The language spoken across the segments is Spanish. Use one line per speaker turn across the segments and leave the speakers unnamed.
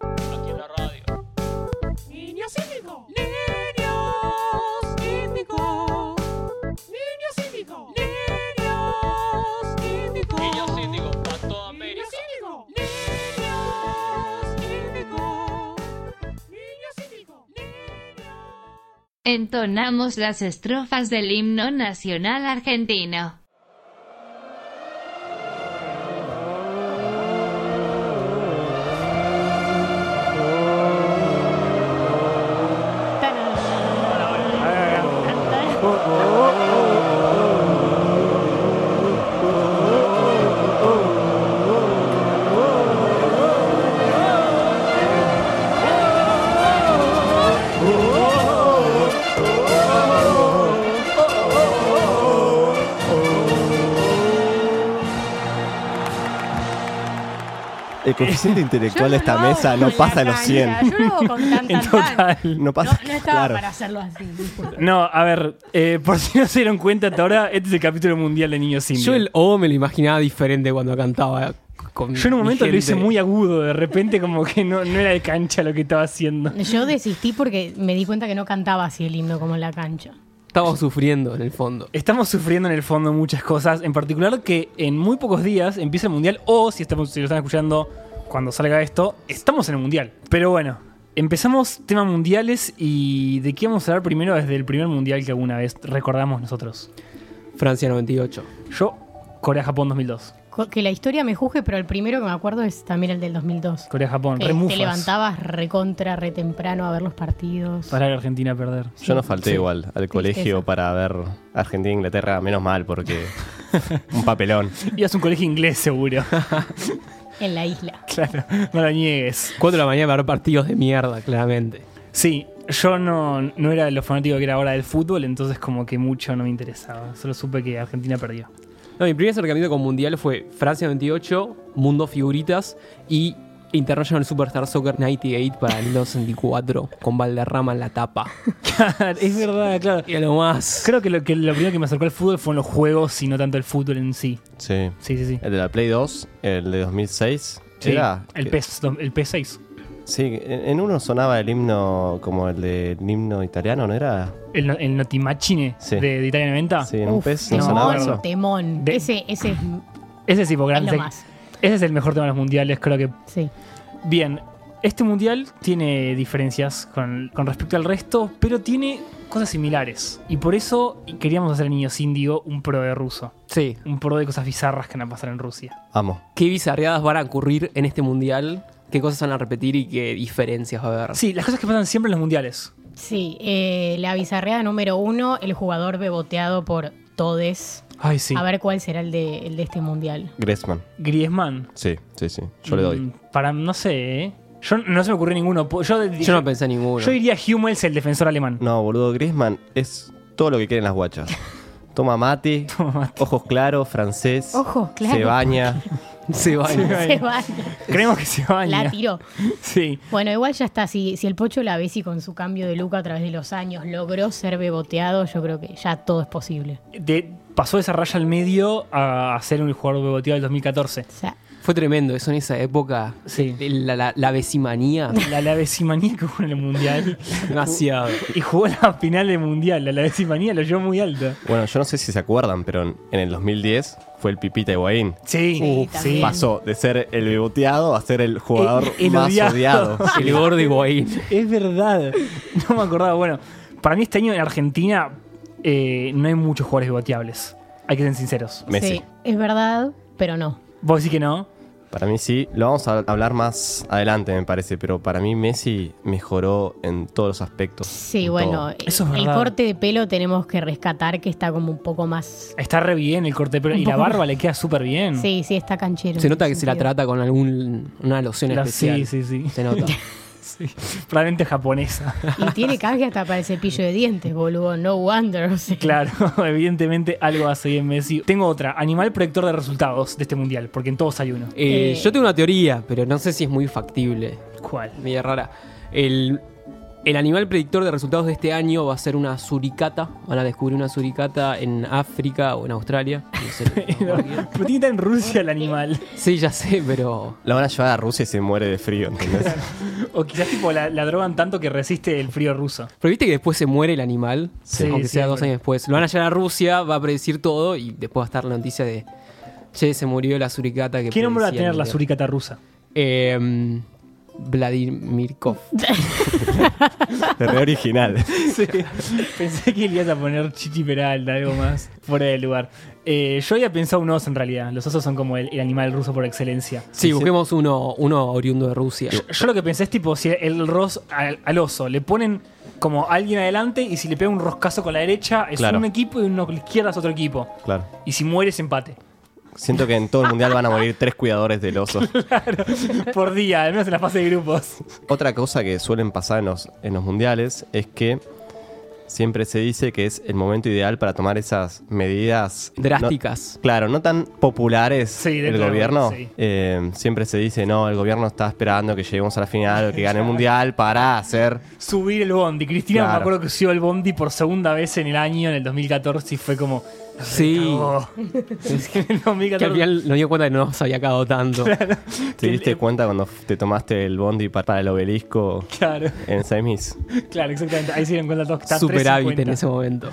aquí en la radio.
niños índigo,
Niños índigo,
niños índigo,
niños índigo,
Niños Índigo, para toda América.
niños índigo,
niños índigo.
niños índigo.
Entonamos las estrofas del himno nacional argentino.
El coeficiente intelectual de esta mesa no pasa los 100.
Yo lo hago con tan,
En
tan, tan.
total.
No
No,
pasa.
no estaba
claro.
para hacerlo así. disculpa.
No, a ver, eh, por si no se dieron cuenta hasta ahora, este es el capítulo mundial de Niños Indios.
Yo el O me lo imaginaba diferente cuando cantaba con
Yo en un
mi
momento lo
gente.
hice muy agudo, de repente como que no, no era de cancha lo que estaba haciendo.
Yo desistí porque me di cuenta que no cantaba así el himno como en la cancha.
Estaba sufriendo en el fondo.
Estamos sufriendo en el fondo muchas cosas, en particular que en muy pocos días empieza el mundial, o si, estamos, si lo están escuchando cuando salga esto, estamos en el mundial. Pero bueno, empezamos temas mundiales y de qué vamos a hablar primero desde el primer mundial que alguna vez recordamos nosotros.
Francia 98.
Yo, Corea-Japón 2002.
Co- Que la historia me juzgue, pero el primero que me acuerdo es también el del 2002.
Corea-Japón,
Que
remufas
te levantabas recontra, re temprano a ver los partidos.
para la Argentina a perder.
Yo no falté igual al colegio para ver Argentina e Inglaterra, menos mal, porque un papelón.
Ibas a un colegio inglés seguro.
En la isla.
claro, no la niegues.
4 de la mañana para ver partidos de mierda, claramente.
Sí, yo no, no era de lo fanático que era ahora del fútbol, entonces como que mucho no me interesaba. Solo supe que Argentina perdió.
No, mi primer acercamiento con Mundial fue Francia 98, Mundo Figuritas y International Superstar Soccer 98 para el 94 con Valderrama en la tapa.
es verdad, claro.
Y a lo más.
Creo que lo, que lo primero que me acercó al fútbol fueron los juegos y no tanto el fútbol en sí.
Sí.
Sí, sí, sí.
El de la Play 2, el de 2006.
Sí,
era-
el,
Eh,
E
que-
PES, do- el PS6.
Sí, en en uno sonaba el himno como el del himno italiano, ¿no era?
El, no- el Notimachine
Sí.
de, de Italia 90.
Sí, en un
Uf,
pez no
Ah. no,
sonaba
temón,
no.
eso.
temón.
De-
Ese, ese es,
Ese sí, porque
es lo
Gran-
más.
ese es el mejor tema de los mundiales, creo que
Sí.
Bien, este mundial tiene diferencias con, con respecto al resto, pero tiene cosas similares. Y por eso queríamos hacer Niños Índigo un pro de ruso.
Sí.
Un pro de cosas bizarras que van a pasar en Rusia.
Amo.
¿Qué bizarreadas van a ocurrir en este Mundial? ¿Qué cosas van a repetir y qué diferencias va a haber?
Sí, las cosas que pasan siempre en los mundiales.
Sí, eh, la bizarrea número uno, el jugador beboteado por todes.
Ay, sí.
A ver cuál será el de, el de este mundial.
Gressman.
Griezmann.
Sí, sí, sí. Yo le
Mm,
doy.
Para, no sé, ¿eh? Yo no se me ocurrió ninguno. Po- Yo,
Yo no pensé en ninguno.
yo diría Hummels, el defensor alemán.
No, boludo, Griezmann es todo lo que quieren las guachas. Toma mate, ojos claros, francés.
Ojos claros.
Se baña.
Se va.
Se va.
Creemos que se baña.
La tiró.
Sí.
Bueno, igual ya está. Si, si el Pocho la y con su cambio de look a través de los años logró ser beboteado, yo creo que ya todo es posible.
De- pasó esa raya al medio a, a ser un jugador beboteado del 2014.
O sea,
Fue tremendo eso en esa época.
Sí.
La, la, la vecimanía.
La, la vecimanía que hubo en el mundial.
Demasiado.
Y jugó la final del mundial. La decimanía lo llevó muy alta.
Bueno, yo no sé si se acuerdan, pero en en el 2010 fue el Pipita Higuaín.
Sí,
Sí, también.
Pasó de ser el beboteado a ser el jugador
El- el
más
odiado.
odiado.
El gordo Higuaín.
Es verdad. No me acordaba. Bueno, para mí este año en Argentina eh, no hay muchos jugadores debateables. Hay que ser sinceros.
Messi.
sí, es verdad, pero no.
Vos decís que no.
Para mí sí, lo vamos a hablar más adelante, me parece, pero para mí Messi mejoró en todos los aspectos.
Sí,
en
bueno, eh,
todo.
Eso es
el
verdad.
corte de pelo tenemos que rescatar que está como un poco más...
Está re bien el corte, pero y la barba le queda súper bien.
Sí, sí, está canchero.
Se
en
nota
ese
que se la
sentido.
trata con alguna loción
La-
especial.
sí, sí, sí.
Se nota.
Sí. Probablemente japonesa.
Y tiene canje hasta para el cepillo de dientes, boludo. No wonder. o sea.
Claro, evidentemente algo hace bien Messi. Tengo otra, animal proyector de resultados de este mundial, porque en todos hay uno.
Eh,
Eh.
Yo tengo una teoría, pero no sé si es muy factible.
¿Cuál?
Media rara. El El animal predictor de resultados de este año va a ser una suricata. Van a descubrir una suricata en África o en Australia. No sé, no me acuerdo.
Pero tiene que estar en Rusia el animal.
sí, ya sé, pero
La van a llevar a Rusia y se muere de frío, ¿entendés?
O quizás tipo la, la drogan tanto que resiste el frío ruso.
Pero viste que después se muere el animal,
Sí,
aunque
sí,
sea
es
dos
verdad.
años después. Lo van a llevar a Rusia, va a predecir todo y después va a estar la noticia de, che, se murió la suricata que
¿Qué nombre va a
predecía
tener
el
la
mundial".
suricata rusa?
Eh, Vladimirkov.
De re original.
Pensé que le ibas a poner Chichi Peralta, algo más fuera del lugar. Eh, yo había pensado un oso en realidad. Los osos son como el, el animal ruso por excelencia.
Sí, busquemos uno, uno oriundo de Rusia.
Yo lo que pensé es tipo, si el ros al, al oso le ponen como alguien adelante y si le pega un roscazo con la derecha es
Claro.
un equipo y uno con la izquierda es otro equipo.
Claro.
Y si muere es empate.
Siento que en todo el mundial van a morir tres cuidadores del oso.
Por día, al menos en la fase de grupos.
Otra cosa que suelen pasar en los, en los mundiales es que siempre se dice que es el momento ideal para tomar esas medidas no-
Drásticas.
claro, no tan populares
Sí,
del
dentro de-
gobierno.
sí.
Eh, siempre se dice, no, el gobierno está esperando que lleguemos a la final o que gane el mundial para hacer...
Subir el bondi. Cristina me
Claro.
acuerdo que subió el bondi por segunda vez en el año, en el 2014, y fue como...
Sí.
"Oh". En el 2014.
Que al final nos dio cuenta que no nos había cagado tanto.
¿Te diste cuenta cuando te tomaste el bondi pa- para el obelisco
Claro,
en semis?
claro, exactamente. Ahí se dieron cuenta todos que están
Superávit
3.50.
en ese momento.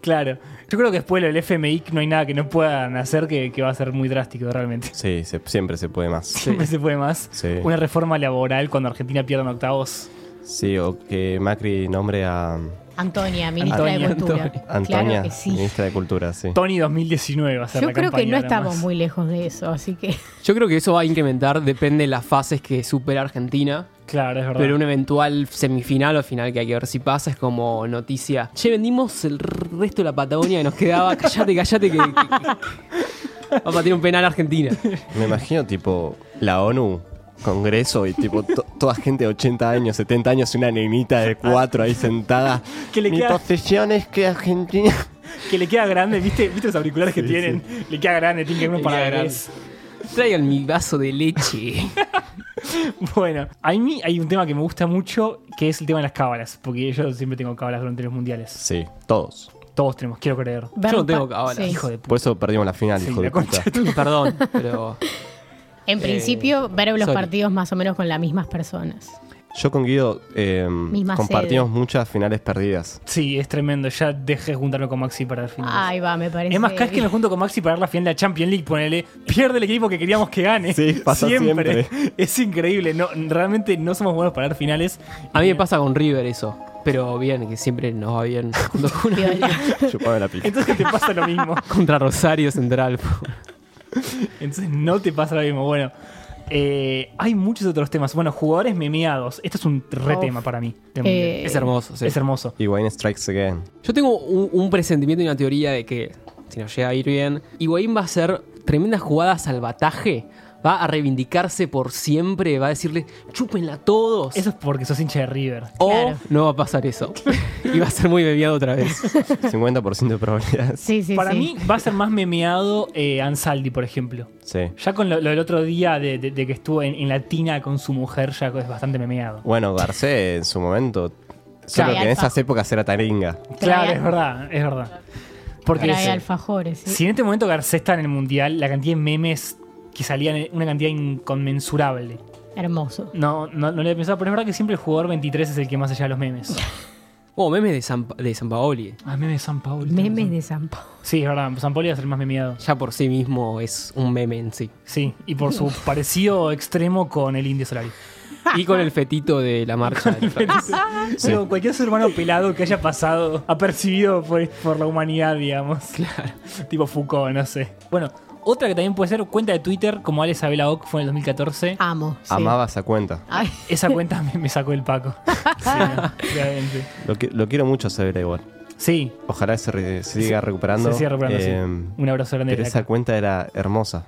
Claro. Yo creo que después lo del FMI no hay nada que no puedan hacer que, que va a ser muy drástico realmente.
Sí, se- siempre se puede más.
Siempre se puede más.
Sí.
Una reforma laboral cuando Argentina pierda en octavos.
Sí, o que Macri nombre a
Antonia, ministra de
Antonia,
Cultura.
Antonia,
Claro que sí.
ministra de Cultura, sí.
Tony 2019 va a ser
Yo
la
creo que
campaña
no
ahora
estamos
más.
muy lejos de eso, así que
Yo creo que eso va a incrementar, depende de las fases que supera Argentina.
Claro, es verdad.
Pero un eventual semifinal o final que hay que ver si pasa es como noticia. Che, vendimos el resto de la Patagonia que nos quedaba. Cállate, cállate que. que- que- Va a patear un penal a Argentina.
Me imagino tipo la ONU, Congreso y tipo to- toda gente de 80 años, 70 años y una nenita de 4 ahí sentada.
Que le
Mi
queda-
posesión es que Argentina...
Que le queda grande, ¿viste? ¿Viste los auriculares que tienen? Le queda grande, tiene que uno
Le
para
queda
tres.
Traigan mi vaso de leche.
Bueno, a mí hay un tema que me gusta mucho, que es el tema de las cábalas. Porque yo siempre tengo cábalas durante los mundiales.
Sí, todos.
Todos tenemos, quiero creer.
ver
no tengo
pa-
cábalas,
sí.
Hijo de puta.
Por eso perdimos la final,
Sí,
hijo de
la concha
puta.
de tu
Perdón, pero.
En
Eh,
principio, ver los
sorry.
partidos más o menos con las mismas personas.
Yo con Guido eh,
Misma
compartimos muchas finales perdidas.
Sí, es tremendo. Ya dejé de juntarme con Maxi para el final.
Ahí va, me parece.
Es más, cada vez que me junto con Maxi para ver la final de la Champions League, ponele, pierde el equipo que queríamos que gane.
Sí, pasa
Es increíble. No, realmente no somos buenos para ver finales.
A mí me pasa con River eso. Pero bien, que siempre nos va bien. Junto con una-
Piola.
Chupame la pija.
Entonces te pasa lo mismo.
contra Rosario Central.
Entonces no te pasa lo mismo. Bueno, eh, hay muchos otros temas. Bueno, jugadores memeados. Esto es un re
Uf.
tema para mí. del
Eh,
Mundial.
Es hermoso, sí.
Es hermoso.
Y Wayne Strikes Again.
Yo tengo un, un presentimiento y una teoría de que si nos llega a ir bien, Higuaín va a hacer tremendas jugadas al bataje. Va a reivindicarse por siempre, va a decirle, chúpenla todos.
Eso es porque sos hincha de River.
o
Claro.
no va a pasar eso. y va a ser muy bebiado otra vez.
50% de probabilidades.
Sí, sí,
para
sí.
mí va a ser más memeado eh, Ansaldi, por ejemplo.
Sí.
Ya con lo, lo del otro día de, de- de que estuvo en, en la tina con su mujer, ya es bastante memeado.
Bueno, Garcés en su momento... Solo
Claro.
que en esas épocas era taringa.
Claro,
Trae-
es verdad, es verdad. Porque
Trae
sí.
alfajores. ¿sí?
si en este momento Garcés está en el mundial, la cantidad de memes que salían, eh, una cantidad inconmensurable.
Hermoso.
No, no, no lo había pensado, pero es verdad que siempre el jugador 23 es el que más allá de los memes.
O memes Oh, de San, de San Paoli.
Ah, memes de San Paolo.
Memes de San Pablo.
Sí, es verdad, San Paolo es el más memeado.
Ya por sí mismo es un meme en sí.
Sí, y por su parecido extremo con el Indio Solari.
Y con el fetito de la marcha. del
Sí.
Digo, cualquier ser humano pelado que haya pasado, apercibido por, por la humanidad, digamos. Claro. tipo Foucault, no sé. Bueno, otra que también puede ser cuenta de Twitter, como Ale Sabela Ock fue en el 2014.
Amo. sí.
Amaba esa cuenta.
Ay,
Esa cuenta me, me sacó el Paco. Sí, no, claramente.
Lo, qui- lo quiero mucho, Severa, igual.
Sí,
Ojalá se, re- se siga recuperando.
se cierra por
Eh,
Un abrazo grande.
Pero
desde
esa
acá.
cuenta era hermosa.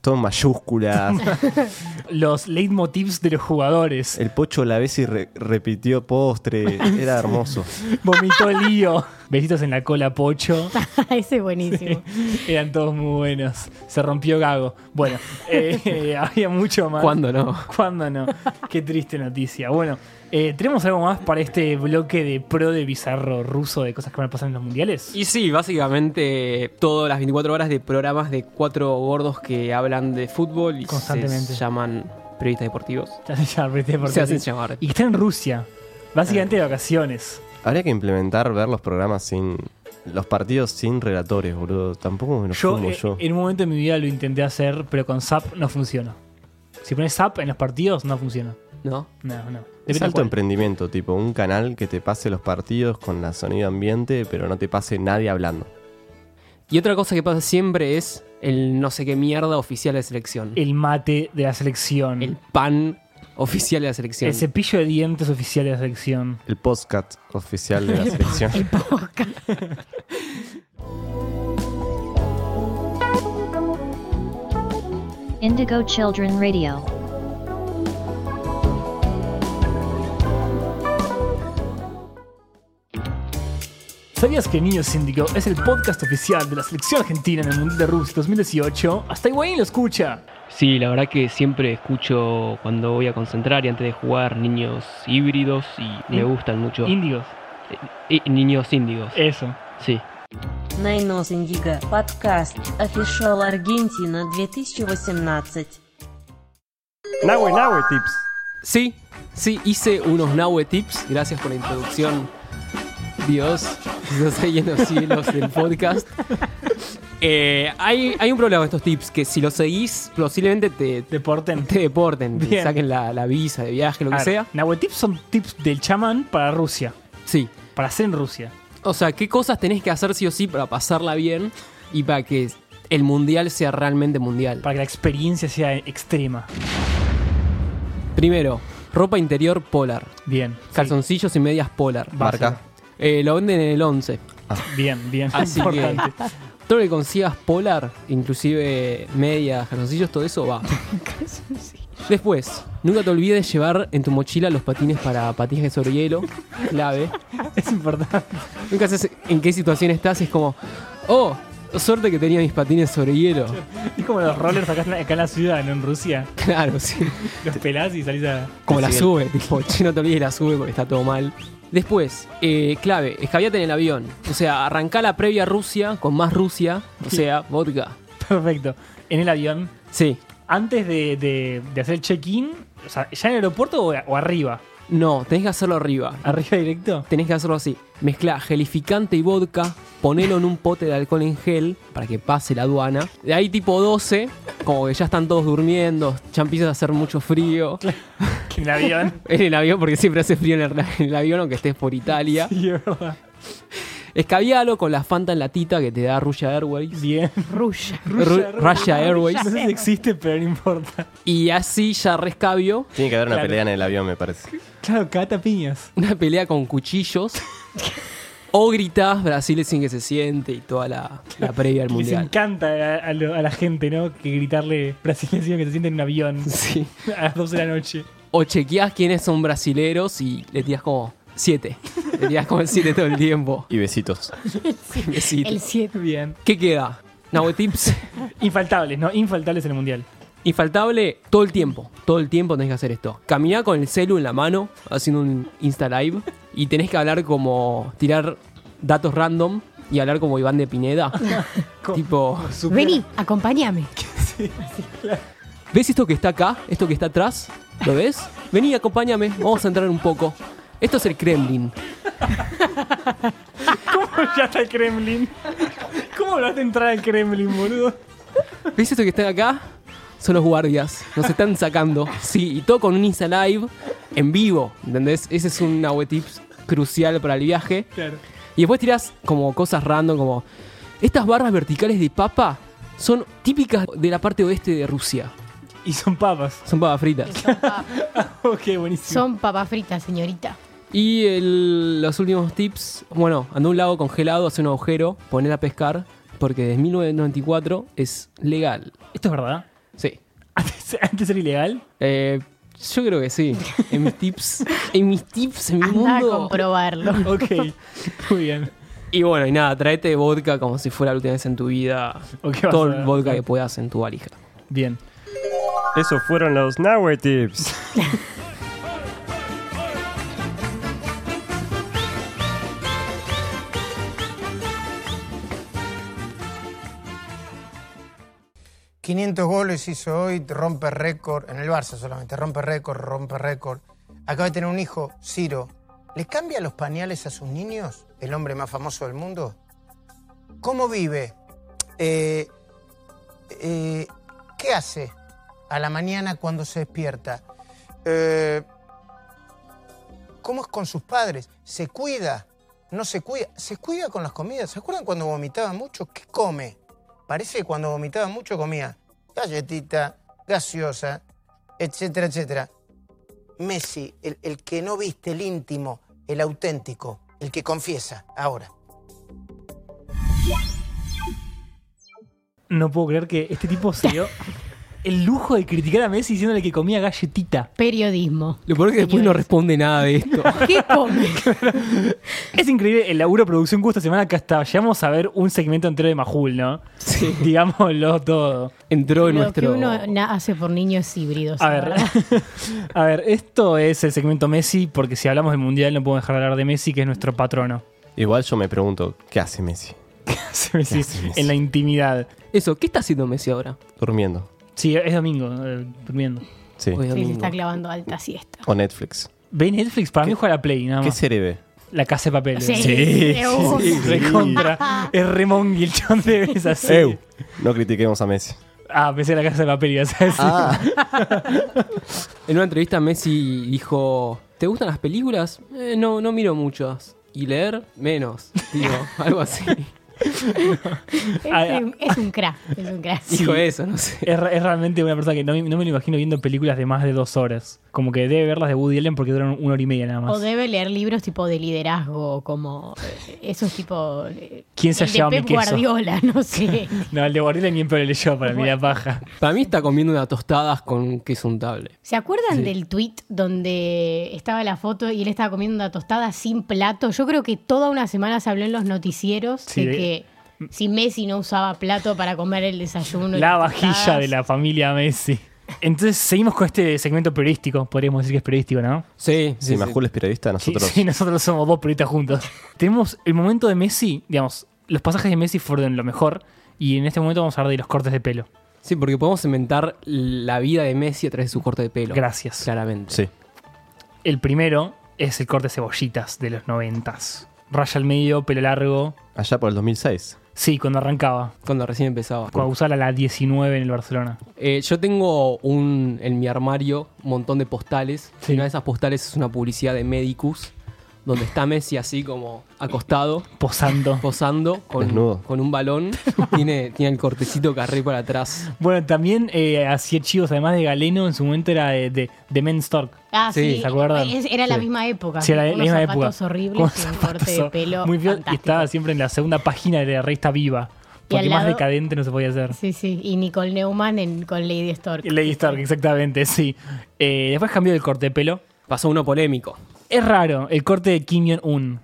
Todo en mayúsculas.
Los leitmotivs de los jugadores.
Eh. El pocho la vez y repitió postre. Era hermoso.
Vomitó lío. Besitos en la cola, Pocho.
Ese es buenísimo.
Eran todos muy buenos. Se rompió Gago. Bueno, eh, eh, había mucho más.
¿Cuándo no?
¿Cuándo no? Qué triste noticia. Bueno, eh, ¿tenemos algo más para este bloque de pro de bizarro ruso de cosas que van a pasar en los mundiales?
Y sí, básicamente todas las 24 horas de programas de cuatro gordos que hablan de fútbol y
Constantemente.
se llaman periodistas deportivos.
Ya se llama, viste, porque-
Se hacen llamar.
Y que está en Rusia. Básicamente de
Ah.
vacaciones.
Habría que implementar ver los programas sin. Los partidos sin relatores, boludo. Tampoco me los
Yo,
fumo
eh,
yo.
en un momento de mi vida lo intenté hacer, pero con SAP no funciona. Si pones SAP en los partidos, no funciona.
¿No?
No, no.
es
Depende
alto
cuál.
emprendimiento, tipo un canal que te pase los partidos con la sonido ambiente, pero no te pase nadie hablando.
Y otra cosa que pasa siempre es el no sé qué mierda oficial de selección. El,
El mate de la selección.
pan oficial de la selección.
El cepillo de dientes oficial de la selección.
El podcast oficial de la selección.
Indigo Children Radio.
¿Sabías que Niños Síndico es el podcast oficial de la selección argentina en el Mundial de Rusia 2018? Hasta Higuaín lo escucha.
Sí, la verdad que siempre escucho cuando voy a concentrar y antes de jugar niños híbridos y
me
gustan mucho. Eh,
Índigos.
niños índigos.
Eso.
Sí.
Найнос Индиго. Подкаст. Official Аргентина 2018.
Nahue, Nahue Tips.
Sí, sí, hice unos Nahue Tips. Gracias por la introducción. Dios, Dios ahí en los cielos del podcast. Eh, hay, hay un problema con estos tips, que si los seguís, posiblemente te, te,
Deporten.
te deporten, te
Bien.
saquen la, la visa de viaje, lo que sea.
Nahuetips son tips del chamán para Rusia.
Sí.
Para hacer en Rusia.
O sea, ¿qué cosas tenés que hacer sí o sí para pasarla bien y para que el mundial sea realmente mundial?
Para que la experiencia sea extrema.
Primero, ropa interior polar.
Bien.
Calzoncillos y medias polar.
Marca.
Eh, lo venden en el 11.
Bien, Ah, bien.
Así que
Importante.
todo lo que consigas polar, inclusive medias, calzoncillos, todo eso va. Después, nunca te olvides llevar en tu mochila los patines para patinaje sobre hielo, clave.
Es importante.
Nunca sabes en qué situación estás, es como, oh, suerte que tenía mis patines sobre hielo.
Es como los rollers acá, en la- acá en la ciudad, ¿no? En Rusia.
Claro, sí.
Los pelás y salís a.
Como la
Sí.
sube, tipo, che, no te olvides la sube porque está todo mal. Después, eh, clave, escabiate en el avión. O sea, arrancá la previa a Rusia con más Rusia, o sea, vodka.
Perfecto. En el avión.
Sí,
Antes de, de- de hacer el check-in, o sea, ¿ya en el aeropuerto o, o arriba?
no, tenés que hacerlo arriba.
¿Arriba directo?
Tenés que hacerlo así. Mezcla gelificante y vodka, ponelo en un pote de alcohol en gel para que pase la aduana. De ahí tipo 12, como que ya están todos durmiendo, ya empieza a hacer mucho frío.
En el avión.
En el avión, porque siempre hace frío en el, en el avión, aunque estés por Italia.
Sí, es verdad.
Escabialo con la Fanta en latita que te da Russia Airways.
Bien.
Rulla.
Ru- Russia Airways.
No sé si existe, pero no importa.
Y así ya rescabio.
Tiene que haber una
Claro.
pelea en el avión, me parece.
Claro, cata piñas.
Una pelea con cuchillos. o gritás Brasil sin que se siente y toda la, la previa al
Que Les
mundial.
encanta a, a lo- a la gente, ¿no? Que gritarle brasileño que se siente en un avión
Sí.
a las 12 de la noche.
O chequeás quiénes son brasileros y le tirás como 7. Le tirás como el 7 todo el tiempo.
Y besitos.
Besito.
El 7.
Bien.
¿Qué queda? Nahue Tips.
Infaltables, ¿no? Infaltables en el mundial.
Infaltable todo el tiempo. Todo el tiempo tenés que hacer esto. Caminá con el celu en la mano, haciendo un Insta Live. Y tenés que hablar como. tirar datos random y hablar como Iván de Pineda. tipo.
Vení, acompáñame.
¿Ves esto que está acá? ¿Esto que está atrás? ¿Lo ves? Vení, acompáñame. Vamos a entrar un poco. Esto es el Kremlin.
ya está el Kremlin. ¿Cómo lo vas a entrar al Kremlin, boludo?
¿Ves esto que está acá? Son los guardias. Nos están sacando. Sí, y todo con un Insta Live en vivo. ¿Entendés? Ese es un web tips crucial para el viaje.
Claro.
Y después tirás como cosas random, como estas barras verticales de papa son típicas de la parte oeste de Rusia.
Y son papas.
Son papas fritas.
ok, buenísimo.
Son papas fritas, señorita.
Y el- los últimos tips, bueno, anda a un lago congelado, hace un agujero, poner a pescar, porque desde 1994 es legal.
¿Esto es verdad?
Sí.
¿Antes, antes era ilegal?
Eh, yo creo que sí. En mis tips, en mis tips, en mi
Anda a
mundo.
comprobarlo.
Ok, muy bien.
Y bueno, y nada, traete vodka como si fuera la última vez en tu vida.
¿O qué vas
Todo
a-
el vodka que puedas en tu valija.
Bien.
Esos fueron los Nowhere Tips.
Eh,
No puedo creer que este tipo se dio el lujo de criticar a Messi diciéndole que comía galletita.
Periodismo.
Lo peor es que después no responde nada de esto.
¿Qué come?
Es increíble el laburo de producción que hubo esta semana que hasta llegamos a ver un segmento entero de Majul, ¿no?
Sí.
Digámoslo todo.
Entró en
Lo
nuestro.
que uno na- hace por niños híbridos.
A ver,
¿verdad?
a ver, esto es el segmento Messi, porque si hablamos del Mundial no podemos dejar de hablar de Messi, que es nuestro patrono.
Igual yo me pregunto, ¿qué hace Messi?
Se me- sí,
hace Messi?
en la intimidad.
Eso, ¿qué está haciendo Messi ahora?
Durmiendo.
Sí, es domingo, eh, durmiendo.
Sí.
Hoy
Sí, se
domingo.
está clavando alta siesta.
O Netflix.
Ve Netflix, para mí juega a la Play, nada
¿Qué
más.
serie ve?
La casa de papel.
Sí.
de una.
Recontra. Es remongi el chon de veces así.
Eu. No critiquemos a Messi.
Ah, pensé en la casa de papel y así.
Ah.
En una entrevista Messi dijo, ¿te gustan las películas? "Eh, no, no miro muchas. ¿Y leer? Menos. Digo, algo así.
Ah,
Es, un- es un crack, es un crack.
Dijo eso, no sé.
Es, re- es realmente una persona que no, me- no me lo imagino viendo películas de más de dos horas. Como que debe verlas de Woody Allen porque duran una hora y media nada
O
más.
debe leer libros tipo de liderazgo, como eh, esos tipo... eh,
¿Quién se
el
ha
de
llevado mi
Pep
queso?
Guardiola, no sé.
No, el de Guardiola ni en peor leyó para mí la paja.
Para mí está comiendo unas tostadas con queso untable.
¿Se acuerdan del tweet donde estaba la foto y él estaba comiendo una tostada sin plato? Yo creo que toda una semana se habló en los noticieros
Sí, eh,
de
de-
que si Messi no usaba plato para comer el desayuno. y
La
las
vajilla
tostadas-
de la familia Messi. Entonces seguimos con este segmento periodístico. Podríamos decir que es periodístico, ¿no?
Sí,
Si Majul es periodista, nosotros.
Sí, nosotros somos dos periodistas juntos. Tenemos el momento de Messi, digamos, los pasajes de Messi fueron lo mejor. Y en este momento vamos a hablar de los cortes de pelo.
Sí, porque podemos inventar la vida de Messi a través de su corte de pelo.
Gracias.
Claramente.
Sí.
El primero es el corte cebollitas de los noventas. Raya al medio, pelo largo.
Allá por el 2006.
Sí, cuando arrancaba.
Cuando recién empezaba.
Cuando usaba la 19 en el Barcelona.
Eh, yo tengo un, en mi armario un montón de postales.
Sí.
Una de esas postales es una publicidad de Medicus, donde está Messi así como acostado,
Posando.
posando con,
Desnudo.
con un balón. tiene, tiene el cortecito carré para atrás.
bueno, también eh, hacía chivos, además de Galeno, en su momento era de, de, de Men Stork.
Ah, sí,
Sí,
¿se acuerdan?
Es- era la
Sí.
misma época.
Sí, era la
unos
misma época.
zapatos horribles
Con
y un
zapatos
corte de pelo
Muy feo. Y
fantástico.
estaba siempre en la segunda página de la revista Viva. Porque
al
más
lado-
decadente no se podía hacer.
Sí, sí, y Nicole Neumann en- con Lady Stork.
Lady Stark, exactamente, sí. Eh, después cambió el corte de pelo.
Pasó uno polémico.
Es raro el corte de Kim Jong-un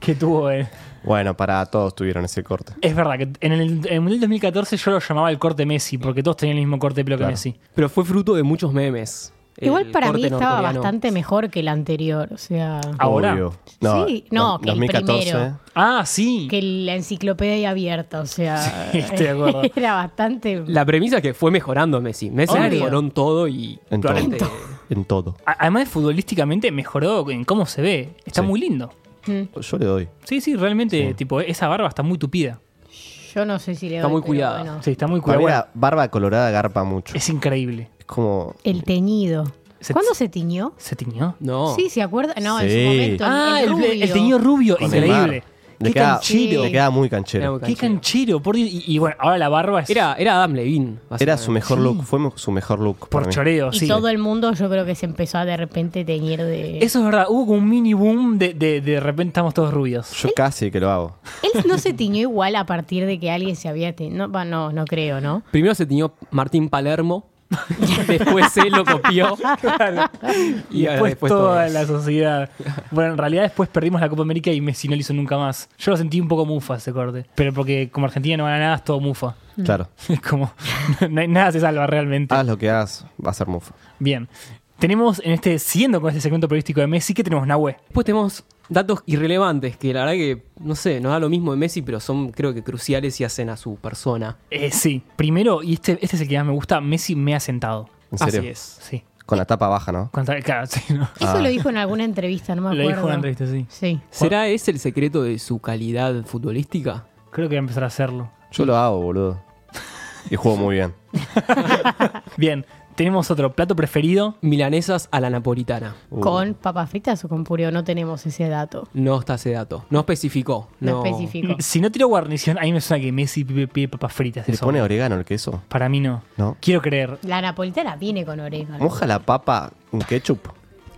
que tuvo él.
Bueno, para todos tuvieron ese corte.
Es verdad que en el, en el Mundial 2014 yo lo llamaba el corte Messi porque todos tenían el mismo corte de pelo que
Claro.
Messi.
Pero fue fruto de muchos memes.
Igual
El
para mí
corte
estaba
norcoreano.
bastante mejor que el anterior, o sea...
¿Ahora?
Obvio. No,
Sí, no,
do-
que el
2014.
primero.
Ah, sí.
que la enciclopedia abierta, o sea,
Sí, estoy de acuerdo.
era bastante...
La premisa es que fue mejorando Messi. Messi
Obvio.
mejoró en todo y
En todo.
claramente-
En todo.
A- Además, futbolísticamente mejoró en cómo se ve. Está
Sí.
muy lindo.
Yo le doy.
Sí, sí, realmente, tipo, esa barba está muy tupida.
Yo no sé si le
Está
doy,
muy
pero
cuidada.
bueno.
Sí, está muy
Para
cuidado.
mí la barba colorada garpa mucho.
es increíble.
Es como.
El teñido.
Se-
¿Cuándo se tiñó?
¿Se tiñó?
No.
Sí, ¿se acuerda? No, en
Sí.
su momento. el-
ah, el,
rubio.
el teñido rubio,
con el
increíble.
mar. Le
Qué
queda,
canchero.
le queda muy
Era
canchero.
muy
Qué canchero, por Dios. Y, y bueno, ahora la barba es
Era, era Adam Levine.
Era su
básicamente.
mejor look. Fue mo- su mejor look.
por
para mí.
choreo,
Y
sí.
todo el mundo yo creo que se empezó a de repente teñir de...
Eso es verdad, hubo como un mini boom de de, de repente estamos todos rubios.
Yo casi que lo hago.
Él no se tiñó igual a partir de que alguien se había teñido. No, va, no, no creo, ¿no?
Primero se tiñó Martín Palermo, Después él lo copió.
Claro.
Y
Y
ahora
después,
después
toda
todos.
la sociedad. Bueno, en realidad después perdimos la Copa América y Messi no lo hizo nunca más. Yo lo sentí un poco mufa ese corte. Pero porque como Argentina no gana nada, es todo mufa.
Mm.
Claro.
Es como, no hay- nada se salva realmente.
Haz lo que hagas, va a ser mufa.
Bien. Tenemos en este, siguiendo con este segmento periodístico de Messi, que tenemos Nahue.
Después tenemos datos irrelevantes que la verdad que, no sé, nos da lo mismo de Messi, pero son creo que cruciales y hacen a su persona.
Eh, sí. Primero, y este, este es el que más me gusta, Messi me ha sentado.
En serio.
Así es.
Sí.
Con la tapa baja, ¿no?
Cuando- claro, sí, ¿no?
Eso
Ah.
lo dijo en alguna entrevista, no me
Lo
acuerdo.
dijo en la entrevista, sí.
Sí.
¿Será ese el secreto de su calidad futbolística?
Creo que va a empezar a hacerlo.
Yo lo hago, boludo. Y juego muy bien.
Bien. Tenemos otro plato preferido.
Milanesas a la napolitana.
Uh,
¿Con papas fritas o con puré? No tenemos ese dato.
No está ese dato. No especificó.
No,
No,
específico.
Mm, Si no tiro guarnición, a mí me suena que Messi pide, pide papas fritas.
¿Se le
eso.
pone orégano el queso?
Para mí no.
No.
Quiero creer.
La napolitana viene con orégano.
Moja la papa en ketchup.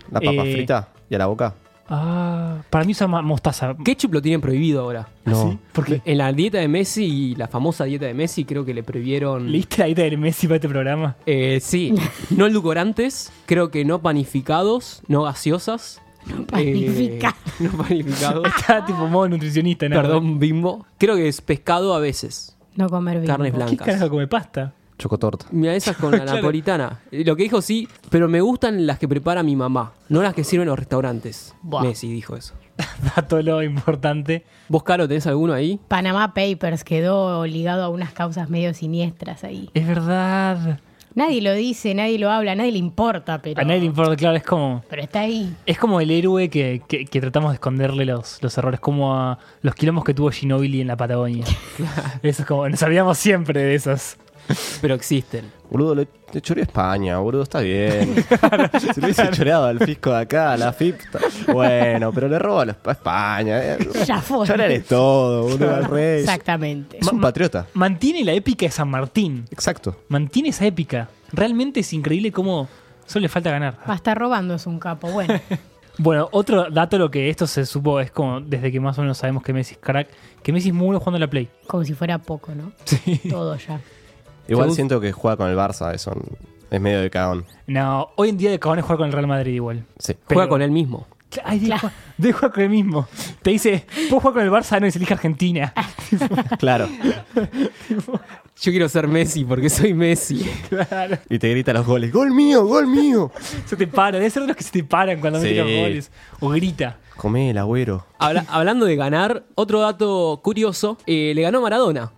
La papa
Eh.
frita y a la boca.
Ah, para mí usa ma- mostaza.
Ketchup lo tienen prohibido ahora.
No.
¿Sí? ¿Por qué?
En la dieta de Messi y la famosa dieta de Messi creo que le prohibieron...
eh, ¿Leíste la idea de Messi para este programa?
Eh, sí, no edulcorantes, creo que no panificados, no gaseosas. No
panificados.
no panificados.
Está tipo modo nutricionista. ¿no?
Perdón, bimbo. Creo que es pescado a veces.
No comer bien.
Carnes
¿Qué
blancas.
carajo come pasta?
Chocotorta.
Mira, esas con la napolitana. Eh, Lo que dijo sí, pero me gustan las que prepara mi mamá, no las que sirven en los restaurantes.
Buah.
Messi dijo eso.
Dato lo importante.
¿Vos, Caro, tenés alguno ahí?
Panamá Papers quedó ligado a unas causas medio siniestras ahí.
Es verdad.
Nadie lo dice, nadie lo habla, a nadie le importa, pero,
A nadie le importa, claro, es como.
pero está ahí.
Es como el héroe que, que- que tratamos de esconderle los, los errores, como a los quilombos que tuvo Ginobili en la Patagonia. Eso es como, nos sabíamos siempre de esos.
Pero existen.
Boludo, le, le choreé a España, boludo, está bien. Se lo hubiese choreado al fisco de acá, a la FIP. está- Bueno, pero le robó a la- a España. eh.
Ya fue.
Llorar es todo, boludo, al rey.
Exactamente.
Es un patriota.
Mantiene la épica de San Martín.
Exacto.
Mantiene esa épica. Realmente es increíble cómo solo le falta ganar.
Va a estar robando, es un capo. Bueno,
Bueno, otro dato lo que esto se supo es como desde que más o menos sabemos que Messi es crack, que Messi es muy bueno jugando a la Play.
como si fuera poco, ¿no? Todo ya.
Igual
Según-
siento que juega con el Barça, eso. Es medio de cagón.
No, hoy en día de cagón es jugar con el Real Madrid igual.
Sí.
Juega
Pero-
con él mismo.
Ay, deja, jugar con el mismo. Te dice, vos jugar con el Barça, no, y se elige Argentina.
Claro.
Yo quiero ser Messi porque soy Messi.
Claro.
Y te grita los goles. ¡Gol mío! ¡Gol mío!
Se te para, debe ser de los que se te paran cuando
Sí.
meten los goles. O grita.
Comé el agüero.
Habla- hablando de ganar, otro dato curioso, eh, le ganó Maradona.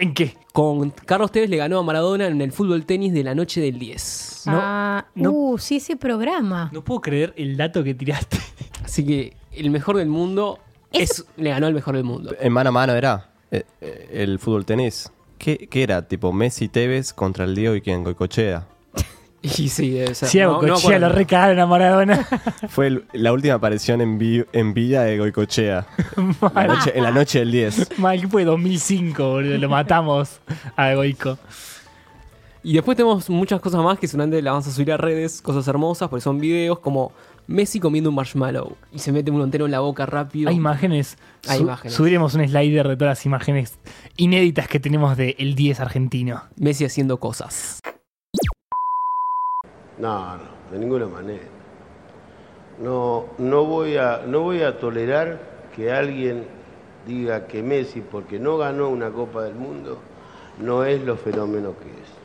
¿En qué?
Con Carlos Tevez le ganó a Maradona en el fútbol tenis de la noche del 10.
No,
ah,
no.
Uh, sí, ese programa.
No puedo creer el dato que tiraste.
Así que el mejor del mundo es, le ganó al mejor del mundo.
En mano a mano era eh, eh, el fútbol tenis. ¿Qué, qué era? Tipo Messi Tevez contra el Diego y quien Goicochea.
Y sí, debe ser.
Sí, a
No, no me
Goicochea
acuerdo.
lo recagaron a Maradona. Fue
Fue el- la última aparición en, vi- en Villa de Goicochea. La noche- en la noche del 10.
Mal, que fue 2005, boludo. Lo matamos a Goico.
Y después tenemos muchas cosas más que seguramente las vamos a subir a redes, cosas hermosas, porque son videos como Messi comiendo un marshmallow y se mete uno entero en la boca rápido.
Hay imágenes.
Hay
Su-
imágenes.
Subiremos un slider de todas las imágenes inéditas que tenemos de El 10 argentino.
Messi haciendo cosas.
No, no, de ninguna manera. No, no, voy a, no voy a tolerar que alguien diga que Messi, porque no ganó una Copa del Mundo, no es lo fenómeno que es.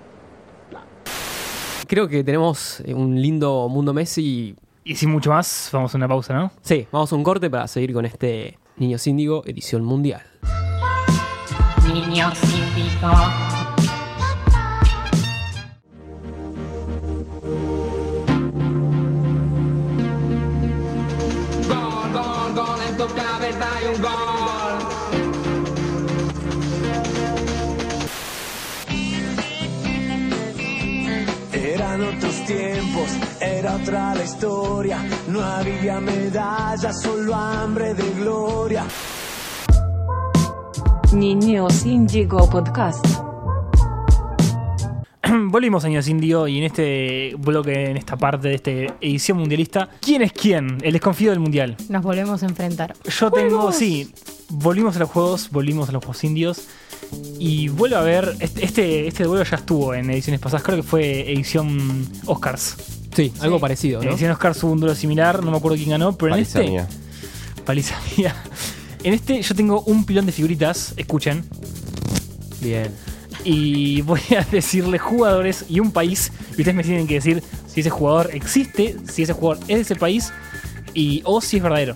Creo que tenemos eh, un lindo mundo Messi.
Y sin mucho más, vamos a una pausa, ¿no?
Sí, vamos a un corte para seguir con este Niño Síndigo edición mundial.
Niño síndico.
Eran otros tiempos, era otra la historia. No había medallas, solo hambre de gloria.
Niños Indigo Podcast.
Volvimos años indio y en este bloque, en esta parte de esta edición mundialista, ¿quién es quién? El desconfío del mundial.
Nos volvemos a enfrentar.
Yo tengo, sí, volvimos a los juegos, volvimos a los juegos indios. Y vuelvo a ver, este, este, este duelo ya estuvo en ediciones pasadas, creo que fue edición Oscars.
Sí, algo parecido,
En
¿no?
edición Oscars hubo un duelo similar, no me acuerdo quién ganó, pero en
Paliza
este...
mía.
Paliza mía. En este yo tengo un pilón de figuritas, escuchen,
Bien.
y voy a decirle jugadores y un país, y ustedes me tienen que decir si ese jugador existe, si ese jugador es de ese país, y o si es verdadero.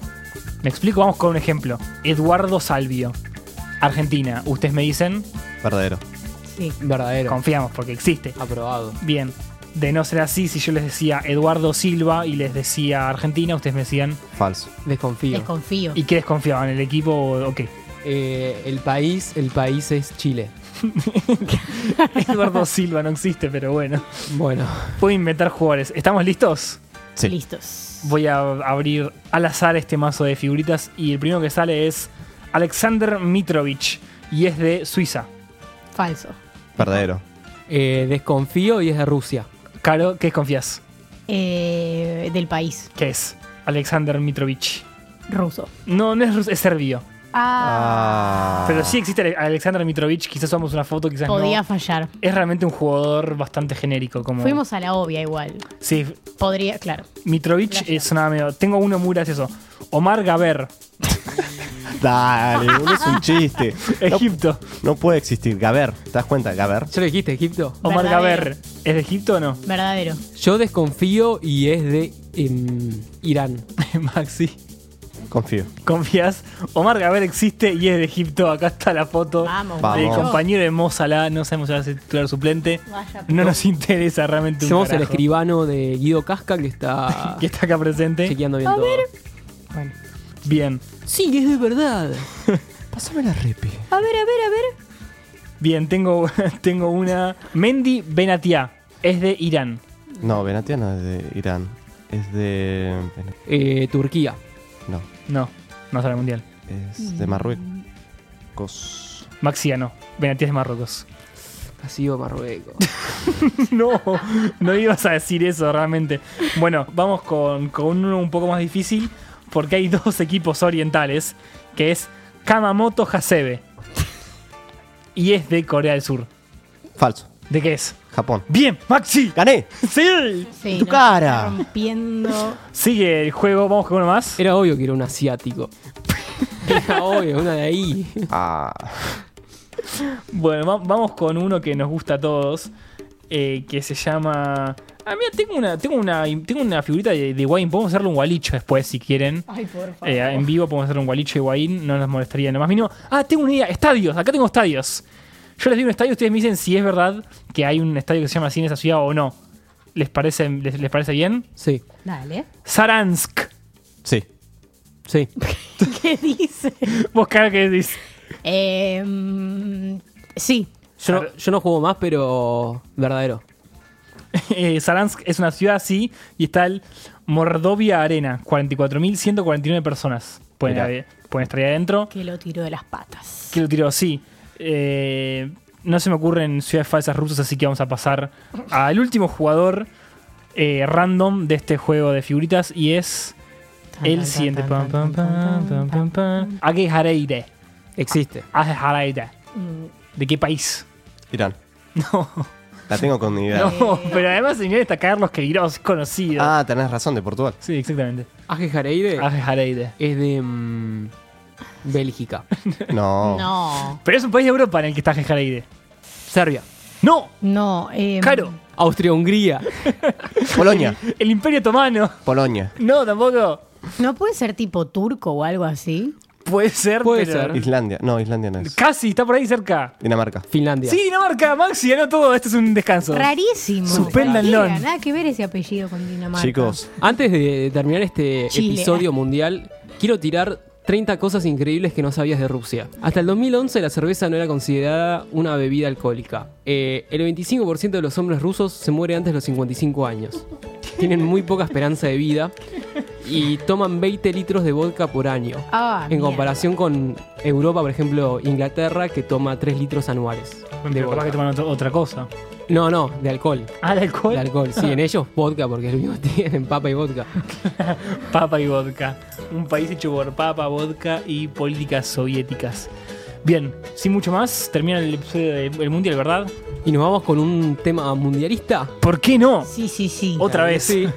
Me explico, vamos con un ejemplo. Eduardo Salvio, Argentina. Ustedes me dicen,
Verdadero.
Sí.
Verdadero.
confiamos porque existe.
Aprobado.
Bien, de no ser así, si yo les decía Eduardo Silva y les decía Argentina, ustedes me decían,
Falso.
Desconfío.
Desconfío.
¿y qué desconfiaban? ¿El equipo o qué?
Eh, el país, el país es Chile.
Eduardo Silva no existe, pero bueno.
Bueno,
Puedo inventar jugadores. ¿Estamos listos?
Sí.
Listos.
Voy a abrir al azar este mazo de figuritas y el primero que sale es Alexander Mitrovic y es de Suiza.
Falso.
Verdadero.
eh, desconfío y es de Rusia.
Caro, ¿qué desconfías?
Eh, del país.
¿Qué es? Alexander Mitrovic.
Ruso.
No, no es, rus- es serbio.
Ah.
Pero sí existe Ale- Alexander Mitrovic. Quizás somos una foto, quizás
Podía
no.
fallar.
Es realmente un jugador bastante genérico. Como...
Fuimos a la obvia igual.
Sí,
Podría, claro.
Mitrovic
Gracias.
es sonaba medio. Tengo uno muy gracioso. Omar Gaber,
Dale, boludo, es un chiste.
Egipto.
No puede existir. Gaber, ¿te das cuenta? Gaber.
¿Ya lo dijiste, Egipto?
Omar
Verdadero.
Gaber, ¿es de Egipto o no?
Verdadero.
Yo desconfío y es de em, Irán.
Maxi.
Confío.
¿Confías? Omar Gaber existe y es de Egipto. Acá está la foto
Vamos,
Vamos.
del
guacho.
compañero de Mo Salah. No sabemos si va a ser titular o suplente.
Vaya,
No nos interesa realmente un
Somos el
carajo.
escribano de Guido Casca que está
Que está acá presente.
chequeando bien todo.
Bueno.
Bien.
Sí, es de verdad.
Pásame la repi.
A ver, a ver, a ver.
Bien, tengo, tengo una. Mendy Benatia. Es de Irán.
No, Benatia no es de Irán. Es de.
Eh, Turquía.
No,
No, no sale al mundial.
es de Marruecos.
Maxiano. Benatia es de Marruecos.
Ha sido Marruecos.
No, no ibas a decir eso realmente. Bueno, vamos con, con uno un poco más difícil porque hay dos equipos orientales que es Kamamoto Hasebe y es de Corea del Sur.
Falso.
¿De qué es?
Japón.
Bien, Maxi.
¡Gané!
Sí.
Sí,
¡Tu
no,
cara!
está rompiendo.
Sigue el juego, vamos con uno más.
Era obvio que era un asiático. Era obvio, una de ahí.
Ah,
Bueno, va- vamos con uno que nos gusta a todos eh, que se llama... Ah, mira, tengo una, tengo una, tengo una figurita de, de Wayne. Podemos hacerle un gualicho después si quieren.
Ay, por favor.
Eh, en vivo podemos hacer un gualicho y guaín, no nos molestaría nomás mínimo. Ah, tengo una idea, estadios, acá tengo estadios. Yo les digo un estadio, ustedes me dicen si es verdad que hay un estadio que se llama así en esa ciudad o no. ¿Les parece, les, les parece bien?
Sí,
Dale.
Saransk.
sí.
sí.
¿Qué dice?
Vos cara que decís.
Eh, mm, sí.
Yo no, yo no juego más, pero verdadero.
Eh, Saransk es una ciudad así y está el Mordovia Arena. 44.149 personas pueden,
Mirá.
haber- pueden estar ahí adentro.
Que lo tiró de las patas.
Que lo tiró, sí. Eh, no se me ocurren ciudades falsas rusas, así que vamos a pasar al último jugador eh, random de este juego de figuritas y es el siguiente. Pam, pam, pam, pam, pam, pam. Age Hareide.
Existe.
Age Hareide. ¿De qué país?
Irán.
Mm. No,
La tengo con idea.
no, pero además señor está Carlos Queiroz, es conocido.
Ah, tenés razón, de Portugal.
Sí, exactamente.
Aje Jareide
Age Hareide.
es de mm, Bélgica.
No.
No.
Pero es un país de Europa en el que está Age Hareide.
Serbia.
¡No!
No. eh,
¡Caro!
Austria-Hungría.
Polonia.
El Imperio Otomano.
Polonia.
No, tampoco.
¿No puede ser tipo turco o algo así?
Puede ser,
Puede
pero-
ser.
Islandia. No, Islandia no es.
Casi, está por ahí cerca.
Dinamarca.
Finlandia.
Sí, Dinamarca, Maxi, ganó todo. Este es un descanso.
Rarísimo.
Supéndanlo.
Cualquiera, Nada que ver ese apellido con Dinamarca.
Chicos,
Antes de terminar este
Chile.
episodio mundial, quiero tirar 30 cosas increíbles que no sabías de Rusia. Hasta el 2011 la cerveza no era considerada una bebida alcohólica. Eh, el 25% de los hombres rusos se muere antes de los 55 años. Tienen muy poca esperanza de vida y toman 20 litros de vodka por año.
Ah,
en
mierda.
comparación con Europa, por ejemplo, Inglaterra, que toma 3 litros anuales. de
Pero capaz que
vodka.
toman otro- otra cosa.
No, no, de alcohol.
Ah, de alcohol.
De alcohol, sí, en ellos vodka, porque es lo único que tienen, papa y vodka.
Papa y vodka. Un país hecho por papa, vodka y políticas soviéticas. Bien, sin mucho más, termina el episodio del Mundial, ¿verdad?
Y nos vamos con un tema mundialista.
¿Por qué no?
Sí, sí, sí.
Otra
Claro que
vez.
sí.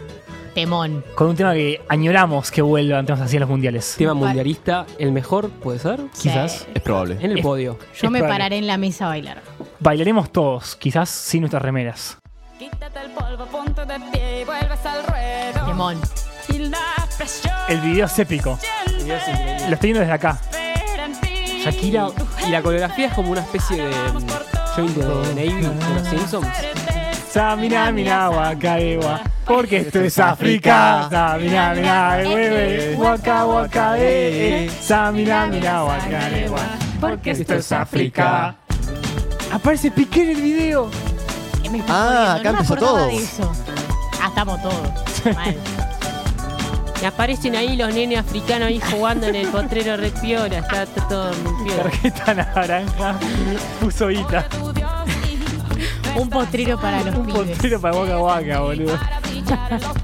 Temón.
Con un tema que añoramos que vuelvan temas así en los mundiales.
Tema mundialista, el mejor, puede ser.
Quizás.
Sí.
Es probable.
En el
Es-
podio.
Yo me
probable.
pararé en la mesa a bailar.
Bailaremos todos, quizás sin nuestras remeras.
Quítate el polvo, ponte de pie y vuelves al ruedo.
Temón.
Y la presión
El video es épico. Lo estoy viendo desde acá.
espera en ti.
Shakira.
Y la coreografía es como una especie de mm, joint de Navy de los Simpsons.
Samina, mina, wakaewa. Porque esto es África. Samina, mina, hueve. Waka, waka, eh. eh. Samina, mina, wakaewa. Porque esto es África. Aparece Piqué en el video.
Eh, me estoy
Ah,
muriendo,
acá
no me
empezó
acordaba
todo.
de eso. Ah, estamos todos. Mal.
Y aparecen ahí los nenes africanos ahí jugando en el potrero re piola, está t- todo muy piola.
Tarjeta naranja. Puso guita.
Un potrero para los
Un
pibes.
portero para Waka Waka, boludo.